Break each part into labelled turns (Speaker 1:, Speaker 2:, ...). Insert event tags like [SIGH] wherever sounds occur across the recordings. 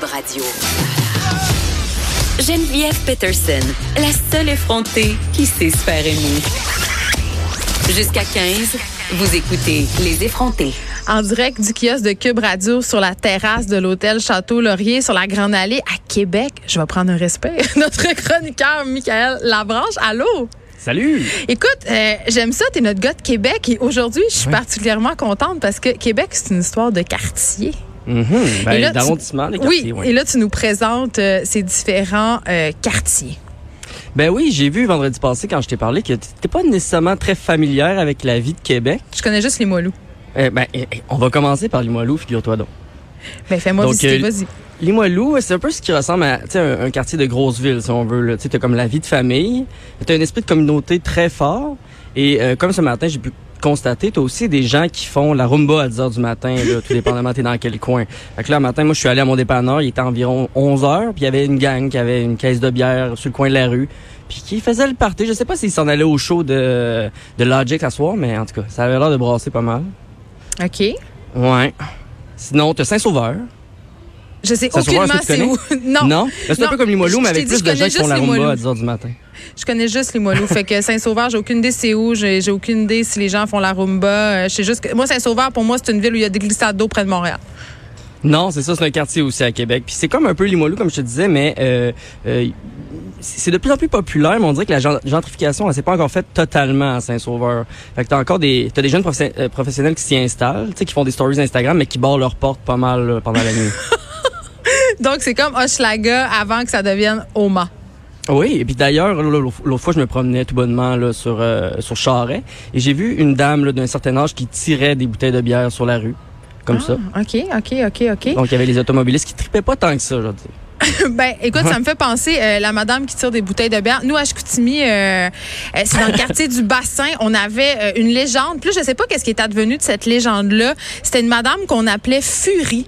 Speaker 1: Radio. Geneviève Peterson, la seule effrontée qui sait se faire aimer. Jusqu'à 15, vous écoutez Les effrontés.
Speaker 2: en direct du kiosque de Cube Radio sur la terrasse de l'hôtel Château Laurier sur la Grande Allée à Québec. Je vais prendre un respect. [LAUGHS] Notre chroniqueur Michael Labranche, allô.
Speaker 3: Salut!
Speaker 2: Écoute, euh, j'aime ça, t'es notre gars de Québec et aujourd'hui, je suis particulièrement contente parce que Québec, c'est une histoire de quartier.
Speaker 3: Ben,
Speaker 2: Et là, tu-
Speaker 3: d'arrondissement, les quartiers,
Speaker 2: oui,
Speaker 3: ouais.
Speaker 2: et là, tu nous présentes euh, ces différents euh, quartiers.
Speaker 3: Ben oui, j'ai vu vendredi passé quand je t'ai parlé que t'es pas nécessairement très familière avec la vie de Québec.
Speaker 2: Je connais juste les Moilous.
Speaker 3: Eh ben, eh, eh, on va commencer par Limoilou, figure-toi donc.
Speaker 2: Ben, fais-moi
Speaker 3: Donc,
Speaker 2: visiter,
Speaker 3: euh,
Speaker 2: vas-y.
Speaker 3: Limoilou, c'est un peu ce qui ressemble à tu sais, un, un quartier de grosse ville, si on veut. là. Tu sais, t'as comme la vie de famille, t'as un esprit de communauté très fort. Et euh, comme ce matin, j'ai pu constater, t'as aussi des gens qui font la rumba à 10 heures du matin, là, tout dépendamment t'es dans quel coin. Fait que là, le matin, moi, je suis allé à mon dépanneur, il était environ 11 heures, puis il y avait une gang qui avait une caisse de bière sur le coin de la rue, puis qui faisait le party. Je sais pas s'ils s'en allaient au show de, de Logic à soir, mais en tout cas, ça avait l'air de brasser pas mal.
Speaker 2: OK.
Speaker 3: Ouais. Sinon, t'as Saint-Sauveur.
Speaker 2: Je sais
Speaker 3: Ça se voit,
Speaker 2: aucunement
Speaker 3: est-ce que
Speaker 2: c'est
Speaker 3: tu
Speaker 2: où. [LAUGHS] non.
Speaker 3: Non, Ben, c'est un
Speaker 2: Non.
Speaker 3: peu comme Limoilou,
Speaker 2: Je-
Speaker 3: mais
Speaker 2: je t'ai
Speaker 3: avec
Speaker 2: dit, je
Speaker 3: plus de gens
Speaker 2: connais
Speaker 3: qui font
Speaker 2: juste
Speaker 3: la rumba
Speaker 2: Limoilou.
Speaker 3: à 10 heures du matin.
Speaker 2: Je connais juste les Moilous. fait que Saint-Sauveur, j'ai aucune idée c'est où. J'ai j'ai aucune idée si les gens font la rumba. Euh, je sais juste que, moi, Saint-Sauveur, pour moi, c'est une ville où il y a des glissades d'eau près de Montréal. [LAUGHS]
Speaker 3: Non, c'est ça, c'est un quartier aussi à Québec. Puis c'est comme un peu Limoilou, comme je te disais, mais euh, euh, c'est de plus en plus populaire, mais on dirait que la gen- gentrification, elle s'est pas encore faite totalement à Saint-Sauveur. Fait que t'as encore des, t'as des jeunes professe- euh, professionnels qui s'y installent, tu sais, qui font des stories Instagram, mais qui barrent leurs portes pas mal là, pendant
Speaker 2: [LAUGHS]
Speaker 3: la nuit.
Speaker 2: Donc, c'est comme Hochelaga avant que ça devienne Oma.
Speaker 3: Oui, et puis d'ailleurs, l'autre l'autre fois, je me promenais tout bonnement là, sur euh, sur Charret, et j'ai vu une dame là, d'un certain âge qui tirait des bouteilles de bière sur la rue, comme
Speaker 2: Ah.
Speaker 3: ça.
Speaker 2: OK, OK, OK, OK.
Speaker 3: Donc, il y avait les automobilistes qui tripaient pas tant que ça, je veux dire.
Speaker 2: ben, écoute, ça me fait penser euh, la madame qui tire des bouteilles de bière. Nous, à Chicoutimi, euh, euh, c'est dans le quartier du Bassin. On avait euh, une légende. Plus, je sais pas qu'est-ce qui est advenu de cette légende-là. C'était une madame qu'on appelait Furie.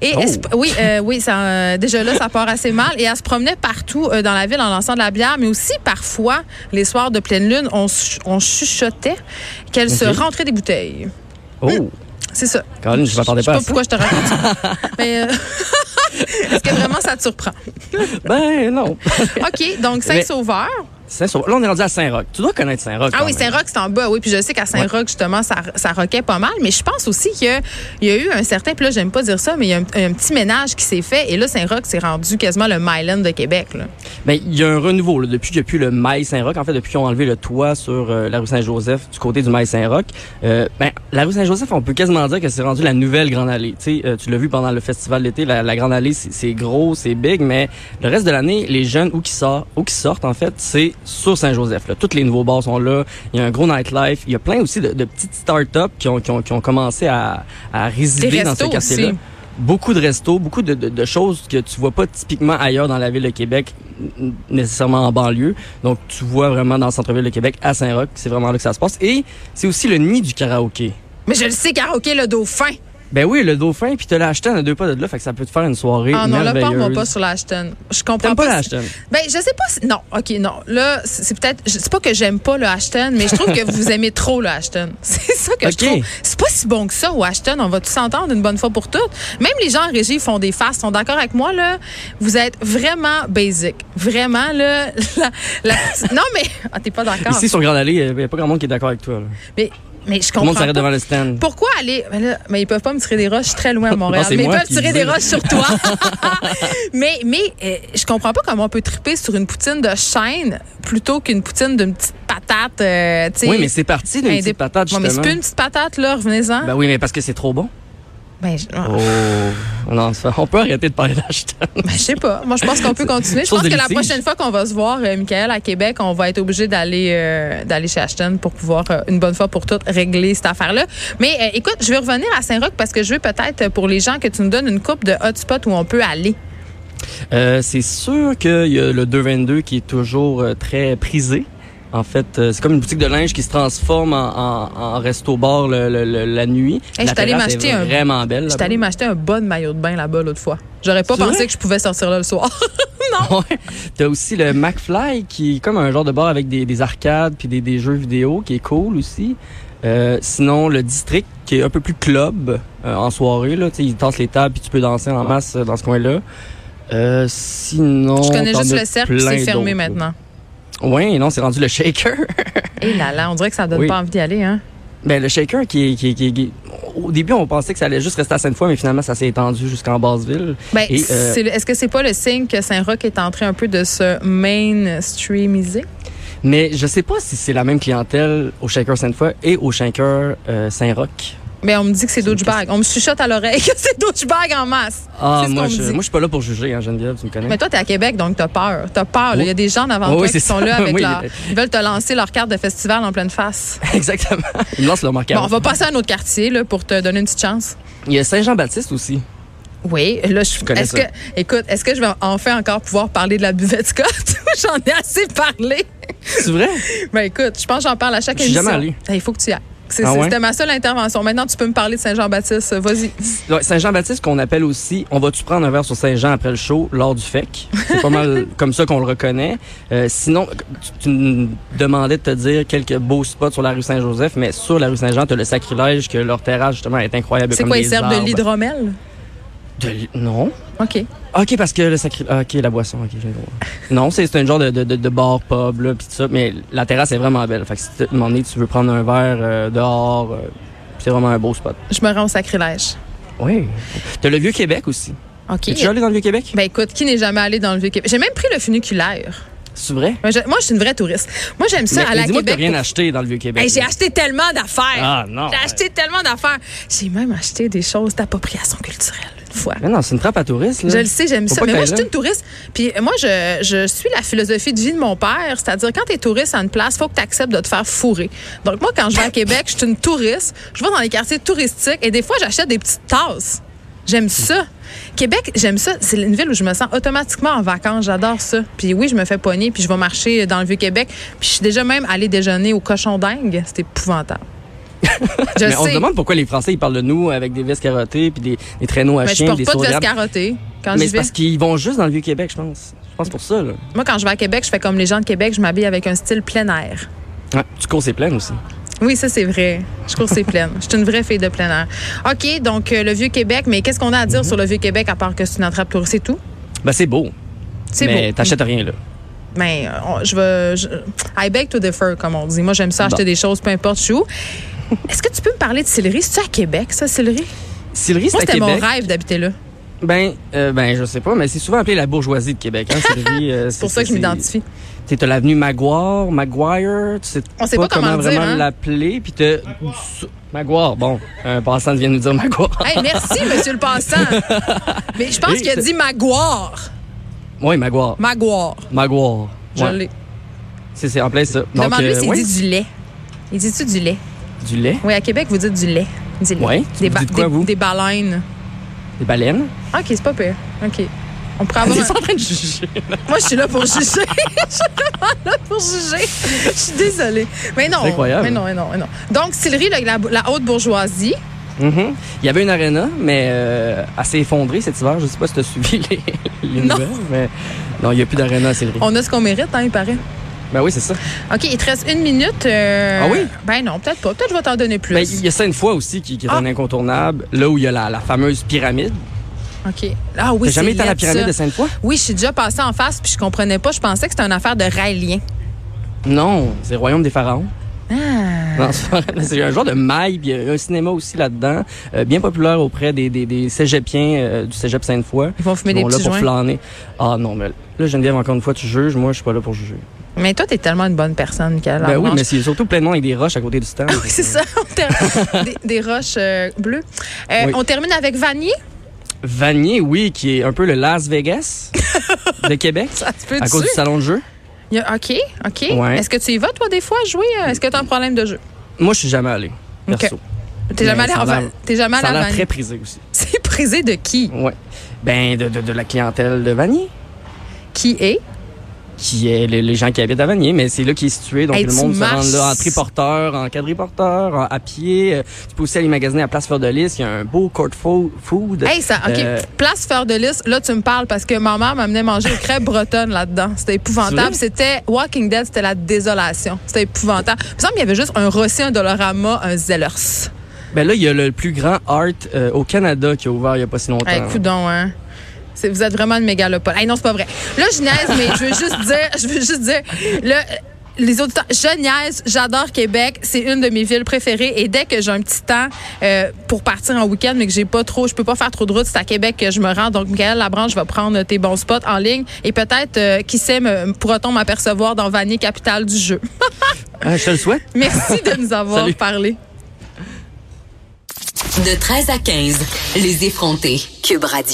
Speaker 2: Et
Speaker 3: Oh.
Speaker 2: elle se- oui, euh, oui, ça, euh, déjà là, ça part assez mal. Et elle se promenait partout euh, dans la ville en lançant de la bière, mais aussi parfois, les soirs de pleine lune, on, ch- on chuchotait qu'elle se
Speaker 3: Ok.
Speaker 2: rentrait des bouteilles.
Speaker 3: Oh!
Speaker 2: C'est ça.
Speaker 3: Caroline, je m'attendais pas
Speaker 2: Je
Speaker 3: à
Speaker 2: sais
Speaker 3: ça.
Speaker 2: pas pourquoi je te raconte
Speaker 3: [LAUGHS]
Speaker 2: ça. Mais euh, [LAUGHS] est-ce que vraiment ça te surprend?
Speaker 3: Ben non.
Speaker 2: [LAUGHS]
Speaker 3: [LAUGHS]
Speaker 2: OK, donc
Speaker 3: Mais-
Speaker 2: Saint-Sauveur.
Speaker 3: Saint-Sauveur. Là, on est rendu à Saint-Roch. Tu dois connaître Saint-Roch.
Speaker 2: Ah
Speaker 3: quand
Speaker 2: oui,
Speaker 3: même.
Speaker 2: Saint-Roch, c'est en bas. Oui, puis je sais qu'à Saint-Roch, justement, ça, ça roquait pas mal. Mais je pense aussi qu'il y a- il y a eu un certain, puis là, j'aime pas dire ça, mais il y a un, un petit ménage qui s'est fait. Et là, Saint-Roch s'est rendu quasiment le Myland de Québec. Là.
Speaker 3: Ben, il y a un renouveau. Là. Depuis, depuis le Mail Saint-Roch, en fait, depuis qu'ils ont enlevé le toit sur euh, la rue Saint-Joseph du côté du Mail Saint-Roch, euh, ben, la rue Saint-Joseph, on peut quasiment dire que c'est rendu la nouvelle Grande Allée. Tu sais, euh, tu l'as vu pendant le festival d'été, la, la Grande Allée, c'est c'est gros, c'est big, mais le reste de l'année, les jeunes, où qui sortent, où qui sortent, en fait, c'est sur Saint-Joseph. là. Tous les nouveaux bars sont là. Il y a un gros nightlife. Il y a plein aussi de, de petites start-up qui ont, qui, ont, qui ont commencé à, à résider dans ce
Speaker 2: restos
Speaker 3: quartier-là.
Speaker 2: aussi.
Speaker 3: beaucoup de restos, beaucoup de, de- de choses que tu vois pas typiquement ailleurs dans la ville de Québec, n- nécessairement en banlieue. Donc, tu vois vraiment dans le centre-ville de Québec, à Saint-Roch, c'est vraiment là que ça se passe. Et c'est aussi le nid du karaoké.
Speaker 2: Mais je le sais, karaoké, le dauphin.
Speaker 3: Ben oui, le dauphin, puis te l'as acheté à deux pas de là, fait que ça peut te faire une soirée
Speaker 2: Ah non, là,
Speaker 3: merveilleuse.
Speaker 2: parle-moi pas sur l'Ashton. Je comprends
Speaker 3: T'aimes pas
Speaker 2: pas.
Speaker 3: la
Speaker 2: si-
Speaker 3: Ashton?
Speaker 2: Ben, je sais pas si. Non, OK, non. Là, c'est c'est peut-être. je- C'est pas que j'aime pas le Ashton, mais je trouve que vous aimez trop le Ashton. [LAUGHS] C'est ça que
Speaker 3: OK.
Speaker 2: je trouve. C'est pas si bon que ça au Ashton. On va tous s'entendre une bonne fois pour toutes. Même les gens en régie font des faces, sont d'accord avec moi, là. Vous êtes vraiment basic. Vraiment, là. [LAUGHS] la- la- non, mais. Ah, t'es pas d'accord.
Speaker 3: Ici, sur Grande Allée, il n'y a pas grand monde qui est d'accord avec toi. là.
Speaker 2: Mais, mais je
Speaker 3: Tout le
Speaker 2: comprends.
Speaker 3: monde s'arrête
Speaker 2: pas.
Speaker 3: devant le stand.
Speaker 2: Pourquoi aller. Mais, là, mais ils peuvent pas me tirer des roches, je suis très loin
Speaker 3: [LAUGHS]
Speaker 2: à Montréal.
Speaker 3: Non, c'est
Speaker 2: mais ils
Speaker 3: moi
Speaker 2: peuvent
Speaker 3: qui
Speaker 2: tirer
Speaker 3: dis.
Speaker 2: des roches sur toi. [LAUGHS] mais mais euh, je comprends pas comment on peut triper sur une poutine de chêne plutôt qu'une poutine d'une petite patate. euh, tu sais.
Speaker 3: Oui, mais c'est parti d'une
Speaker 2: Indép-
Speaker 3: petite patate,
Speaker 2: Ouais,
Speaker 3: justement.
Speaker 2: mais c'est plus une petite patate, là, revenez-en.
Speaker 3: Ben oui, mais parce que c'est trop bon.
Speaker 2: Ben, je ah,
Speaker 3: Oh, non, ça- on peut arrêter de parler d'Ashton.
Speaker 2: ben, je sais pas. Moi, je pense
Speaker 3: [LAUGHS]
Speaker 2: qu'on peut continuer. Je
Speaker 3: Chose
Speaker 2: pense que
Speaker 3: de
Speaker 2: la
Speaker 3: litige.
Speaker 2: prochaine fois qu'on va se voir, euh, Michael, à Québec, on va être obligé d'aller euh, d'aller chez Ashton pour pouvoir, euh, une bonne fois pour toutes, régler cette affaire-là. Mais euh, écoute, je vais revenir à Saint-Roch parce que je veux peut-être, euh, pour les gens, que tu nous donnes une coupe de hotspots où on peut aller.
Speaker 3: Euh, c'est sûr qu'il y a le 222 qui est toujours euh, très prisé. En fait, euh, c'est comme une boutique de linge qui se transforme en, en, en resto-bar le- le- le- la nuit.
Speaker 2: Hey, je suis
Speaker 3: la
Speaker 2: allée
Speaker 3: terrasse
Speaker 2: m'acheter
Speaker 3: est
Speaker 2: un-
Speaker 3: vraiment belle.
Speaker 2: J'étais allée m'acheter un bon maillot de bain là-bas l'autre fois. J'aurais pas
Speaker 3: C'est
Speaker 2: pensé
Speaker 3: vrai?
Speaker 2: que je pouvais sortir là le soir. [LAUGHS]
Speaker 3: [LAUGHS] Ouais. T'as aussi le McFly qui est comme un genre de bar avec des, des arcades puis des, des jeux vidéo qui est cool aussi. Euh, sinon, le district qui est un peu plus club euh, en soirée. Là, Tu sais, ils tassent les tables puis tu peux danser en masse euh, dans ce coin-là. Euh, sinon.
Speaker 2: Je connais
Speaker 3: t'en
Speaker 2: juste
Speaker 3: as
Speaker 2: le cercle,
Speaker 3: plein
Speaker 2: c'est fermé
Speaker 3: d'autres, là.
Speaker 2: maintenant.
Speaker 3: Oui, non, c'est rendu le shaker. [LAUGHS]
Speaker 2: Et là là, on dirait que ça donne
Speaker 3: Oui.
Speaker 2: pas envie d'y aller, hein.
Speaker 3: ben, le shaker qui, est- qui, est- qui, est- qui est- Au début, on pensait que ça allait juste rester à Sainte-Foy, mais finalement, ça s'est étendu jusqu'en Basse-Ville.
Speaker 2: Ben,
Speaker 3: Et, euh,
Speaker 2: c'est le- est-ce que c'est pas le signe que Saint-Roch est entré un peu de se mainstreamiser?
Speaker 3: Mais je sais pas si c'est la même clientèle au shaker Sainte-Foy et au shaker euh, Saint-Roch.
Speaker 2: Ben, on me dit que c'est douchebag. On me chuchote à l'oreille que [LAUGHS] c'est douchebag en masse.
Speaker 3: Ah,
Speaker 2: C'est ce
Speaker 3: moi,
Speaker 2: qu'on me
Speaker 3: je,
Speaker 2: dit.
Speaker 3: moi, je suis pas là pour juger, hein, Geneviève, tu me connais.
Speaker 2: Mais toi, t'es à Québec, donc t'as peur. T'as peur. là. Il y a des gens devant
Speaker 3: Oui,
Speaker 2: toi
Speaker 3: oui,
Speaker 2: qui
Speaker 3: c'est
Speaker 2: sont
Speaker 3: ça.
Speaker 2: là avec
Speaker 3: [LAUGHS] Oui, euh,
Speaker 2: leur...
Speaker 3: il-
Speaker 2: Ils veulent te lancer leur carte de festival en pleine face.
Speaker 3: [LAUGHS] Exactement. Ils me lancent leur marquage.
Speaker 2: Bon, on va passer à un autre quartier là, pour te donner une petite chance.
Speaker 3: Il y a Saint-Jean-Baptiste aussi.
Speaker 2: Oui, là, je
Speaker 3: connais
Speaker 2: est-ce
Speaker 3: ça.
Speaker 2: que, écoute, est-ce que je vais enfin encore pouvoir parler de la buvette Scott? [LAUGHS] j'en ai assez parlé.
Speaker 3: C'est vrai?
Speaker 2: Ben écoute, je pense que j'en parle à chaque
Speaker 3: Je suis
Speaker 2: émission.
Speaker 3: jamais allée.
Speaker 2: Eh, Il faut que tu y ailles. C'est-
Speaker 3: Ah ouais?
Speaker 2: C'était ma seule intervention. Maintenant, tu peux me parler de Saint-Jean-Baptiste. Vas-y.
Speaker 3: Ouais, Saint-Jean-Baptiste, qu'on appelle aussi On va-tu prendre un verre sur Saint-Jean après le show, lors du FEC. C'est
Speaker 2: [LAUGHS]
Speaker 3: pas mal comme ça qu'on le reconnaît. Euh, sinon, tu, tu me demandais de te dire quelques beaux spots sur la rue Saint-Joseph, mais sur la rue Saint-Jean, t'as le sacrilège que leur terrasse, justement, est incroyable.
Speaker 2: C'est
Speaker 3: comme
Speaker 2: quoi, ils
Speaker 3: des
Speaker 2: servent de
Speaker 3: arbres.
Speaker 2: l'hydromel?
Speaker 3: De l'hy- Non.
Speaker 2: OK.
Speaker 3: OK, parce que le sacré... ah, OK, la boisson, OK. j'ai le droit. Non, c'est c'est un genre de, de, de- de bar, pub, là, pis tout ça, mais la terrasse est vraiment belle. Fait que si tu te demandes, tu veux prendre un verre euh, dehors, euh, c'est vraiment un beau spot.
Speaker 2: Je me rends au sacrilège.
Speaker 3: Oui. T'as le Vieux-Québec aussi.
Speaker 2: OK.
Speaker 3: Es-tu déjà allé dans le Vieux-Québec?
Speaker 2: Ben écoute, qui n'est jamais allé dans le Vieux-Québec? J'ai même pris le funiculaire.
Speaker 3: C'est vrai?
Speaker 2: Moi, je, moi, je suis une vraie touriste. Moi, j'aime ça
Speaker 3: Mais-
Speaker 2: à
Speaker 3: mais
Speaker 2: la
Speaker 3: dis-moi que t'as
Speaker 2: Québec.
Speaker 3: rien acheté dans le Vieux-Québec.
Speaker 2: Hey, j'ai
Speaker 3: là.
Speaker 2: acheté tellement d'affaires.
Speaker 3: Ah, non.
Speaker 2: J'ai acheté tellement d'affaires. J'ai même acheté des choses d'appropriation culturelle une fois.
Speaker 3: Mais non, c'est une trappe à touristes, là.
Speaker 2: Je le sais, j'aime
Speaker 3: Mm. Faut
Speaker 2: ça.
Speaker 3: pas
Speaker 2: Mais
Speaker 3: que
Speaker 2: moi, je
Speaker 3: t'ailles
Speaker 2: suis une touriste. Puis euh, moi, je, je suis la philosophie de vie de mon père. C'est-à-dire, quand t'es touriste à une place, faut que t'acceptes de te faire fourrer. Donc moi, quand je vais à Québec, je suis une touriste. Je vais dans les quartiers touristiques et des fois, j'achète des petites tasses. J'aime ça. Québec, j'aime ça. C'est une ville où je me sens automatiquement en vacances. J'adore ça. Puis oui, je me fais pogner, puis je vais marcher dans le Vieux-Québec. Puis je suis déjà même allée déjeuner au cochon dingue. C'est épouvantable.
Speaker 3: [LAUGHS]
Speaker 2: je
Speaker 3: Mais
Speaker 2: sais.
Speaker 3: on se demande pourquoi les Français, ils parlent de nous avec des vestes carottées puis des, des traîneaux à
Speaker 2: mais Ben, je
Speaker 3: chiens,
Speaker 2: porte
Speaker 3: des
Speaker 2: pas de
Speaker 3: sourires.
Speaker 2: veste carottée quand
Speaker 3: Mais
Speaker 2: j'y
Speaker 3: c'est
Speaker 2: vais.
Speaker 3: parce qu'ils vont juste dans le Vieux-Québec, je pense. Je pense pour ça, là.
Speaker 2: Moi, quand je vais à Québec, je fais comme les gens de Québec, je m'habille avec un style plein air.
Speaker 3: Ouais, tu cours ses plaines aussi.
Speaker 2: Oui, ça, c'est vrai. Je cours c'est pleine. Je suis une vraie fille de plein air. OK, donc euh, le Vieux-Québec, mais qu'est-ce qu'on a à
Speaker 3: Mhm.
Speaker 2: dire sur le Vieux-Québec à part que c'est une entrappe touriste, c'est tout?
Speaker 3: Ben, c'est beau.
Speaker 2: C'est
Speaker 3: mais
Speaker 2: beau.
Speaker 3: t'achètes rien, là.
Speaker 2: Mais euh, on- je vais. je- I beg to differ, comme on dit. Moi, j'aime ça, acheter
Speaker 3: Bon.
Speaker 2: des choses, peu importe je suis où. Est-ce que tu peux me parler de Sillery? C'est-tu à Québec, ça, Sillery?
Speaker 3: Sillery,
Speaker 2: Moi,
Speaker 3: c'est à
Speaker 2: c'était
Speaker 3: Québec.
Speaker 2: mon rêve d'habiter là.
Speaker 3: Ben, euh, ben, je sais pas, mais c'est souvent appelé la bourgeoisie de Québec.
Speaker 2: [LAUGHS]
Speaker 3: Hein, Sillery, euh,
Speaker 2: C'est pour ça que je m'identifie.
Speaker 3: T'es t'as l'avenue Maguire, Maguire, tu sais
Speaker 2: On sait pas comment le dire,
Speaker 3: vraiment
Speaker 2: hein.
Speaker 3: l'appeler, puis t'as Maguire. Bon, un passant vient nous dire Maguire. [LAUGHS]
Speaker 2: Hey, merci, monsieur le passant. Mais je pense
Speaker 3: Hey,
Speaker 2: qu'il a
Speaker 3: c'est-
Speaker 2: dit Maguire.
Speaker 3: Oui, Maguire.
Speaker 2: Maguire.
Speaker 3: Maguire.
Speaker 2: Je
Speaker 3: Ouais.
Speaker 2: l'ai.
Speaker 3: C'est c'est en plein ça. Donc,
Speaker 2: Demande-lui
Speaker 3: euh,
Speaker 2: s'il
Speaker 3: ouais,
Speaker 2: dit du lait. Il dit-tu du lait?
Speaker 3: du lait,
Speaker 2: Oui, à Québec, vous dites du lait. Du lait.
Speaker 3: Ouais.
Speaker 2: Des,
Speaker 3: Vous
Speaker 2: ba-
Speaker 3: dites quoi,
Speaker 2: des-
Speaker 3: vous?
Speaker 2: des baleines. [LAUGHS]
Speaker 3: des baleines.
Speaker 2: Ah, OK, c'est pas pire. OK. On pourrait
Speaker 3: On
Speaker 2: avoir
Speaker 3: est
Speaker 2: un-
Speaker 3: en train de juger.
Speaker 2: Moi, je suis là pour juger. [LAUGHS] je suis vraiment là pour juger. Je suis désolée. Mais non.
Speaker 3: C'est incroyable.
Speaker 2: Mais non, mais non, mais non. Donc, Sillery, la, la- la haute bourgeoisie.
Speaker 3: Mhm. Il y avait une arena, mais euh, elle s'est effondrée cet hiver. Je sais pas si t'as suivi [LAUGHS] les, les
Speaker 2: Non.
Speaker 3: nouvelles, mais non, il y a plus d'arena à Sillery.
Speaker 2: On a ce qu'on mérite, hein, il paraît.
Speaker 3: Ben oui, c'est ça.
Speaker 2: OK, il te reste une minute. euh,
Speaker 3: Ah oui?
Speaker 2: Ben non, peut-être pas. Peut-être que je vais t'en donner plus.
Speaker 3: Mais Ben, il y a Sainte-Foy aussi qui, qui est
Speaker 2: Ah.
Speaker 3: un incontournable, là où il y a la, la fameuse pyramide.
Speaker 2: OK. Ah oui,
Speaker 3: T'as jamais
Speaker 2: c'est
Speaker 3: été à la
Speaker 2: laid,
Speaker 3: pyramide
Speaker 2: ça.
Speaker 3: de Sainte-Foy?
Speaker 2: Oui, je suis déjà passée en face, puis je comprenais pas. Je pensais que c'était une affaire de railien.
Speaker 3: Non, c'est le royaume des pharaons. [LAUGHS]
Speaker 2: Ah.
Speaker 3: Non, c'est pas- c'est un genre de maille, puis il y a un cinéma aussi là-dedans, euh, bien populaire auprès des, des, des cégepiens euh, du cégep Sainte-Foy.
Speaker 2: Ils vont fumer
Speaker 3: Ils
Speaker 2: des
Speaker 3: vont là
Speaker 2: petits
Speaker 3: pour
Speaker 2: joints.
Speaker 3: flâner. Ah non, mais là, Geneviève, encore une fois, tu juges. Moi, je suis pas là pour juger.
Speaker 2: Mais toi, t'es tellement une bonne personne, Michael.
Speaker 3: ben oui,
Speaker 2: Lamarche.
Speaker 3: mais c'est surtout pleinement avec des roches à côté du stand.
Speaker 2: Ah Oui, [LAUGHS] c'est ça. On
Speaker 3: [LAUGHS]
Speaker 2: termine- des, des roches euh, bleues. Euh,
Speaker 3: Oui.
Speaker 2: On termine avec Vanier.
Speaker 3: Vanier, oui, qui est un peu le
Speaker 2: [LAUGHS]
Speaker 3: Las Vegas de Québec.
Speaker 2: Ça se peut-tu?
Speaker 3: À cause du salon de jeu.
Speaker 2: Il y a- OK, OK.
Speaker 3: Ouais.
Speaker 2: Est-ce que tu y vas, toi, des fois, jouer? euh, Est-ce que t'as un problème de jeu?
Speaker 3: Moi, je suis jamais allé.
Speaker 2: Ok.
Speaker 3: Perso.
Speaker 2: T'es jamais allé
Speaker 3: Mais Ben, ça
Speaker 2: à
Speaker 3: a l'air-
Speaker 2: Van- T'es jamais allé
Speaker 3: Ça a
Speaker 2: à
Speaker 3: l'air
Speaker 2: Vanier.
Speaker 3: très prisé aussi.
Speaker 2: [LAUGHS] C'est prisé de qui?
Speaker 3: Ouais. Ben, de, de, de la clientèle de Vanier,
Speaker 2: Qui est?
Speaker 3: qui est le- les gens qui habitent à Vanier, mais c'est là qui est situé. Donc,
Speaker 2: Hey,
Speaker 3: le
Speaker 2: tu
Speaker 3: monde
Speaker 2: marches.
Speaker 3: se rend là en triporteur, en quadriporteur, en- à pied. Euh, Tu peux aussi aller magasiner à Place Fleur de Lys. Il y a un beau court fo- food.
Speaker 2: Hey, ça, OK.
Speaker 3: Euh,
Speaker 2: Place Fleur de Lys, là, tu me parles parce que ma mère m'amenait manger aux crêpes bretonnes là-dedans. C'était
Speaker 3: C'est
Speaker 2: épouvantable.
Speaker 3: vrai?
Speaker 2: C'était Walking Dead, c'était la désolation. C'était épouvantable. Il me semble qu'il y avait juste un Rossi, un Dolorama, un Zellers.
Speaker 3: ben là, il y a le plus grand art euh, au Canada qui a ouvert il y a pas si longtemps.
Speaker 2: Hey, coudon, hein. C'est- Vous êtes vraiment une mégalopole. Hey, non, c'est pas vrai. Là, je niaise, mais je veux juste dire, je veux juste dire, là, les auditeurs, je niaise, j'adore Québec, c'est une de mes villes préférées. Et dès que j'ai un petit temps euh, pour partir en week-end, mais que j'ai pas trop, je peux pas faire trop de route, c'est à Québec que je me rends. Donc, Michael Labranche va prendre tes bons spots en ligne. Et peut-être, euh, qui sait, me- pourra-t-on m'apercevoir dans Vanier, capitale du jeu. [LAUGHS]
Speaker 3: Ah, je te le souhaite.
Speaker 2: Merci de nous avoir
Speaker 3: Salut.
Speaker 2: parlé.
Speaker 1: De 13 à 15, les effrontés. Cube Radio.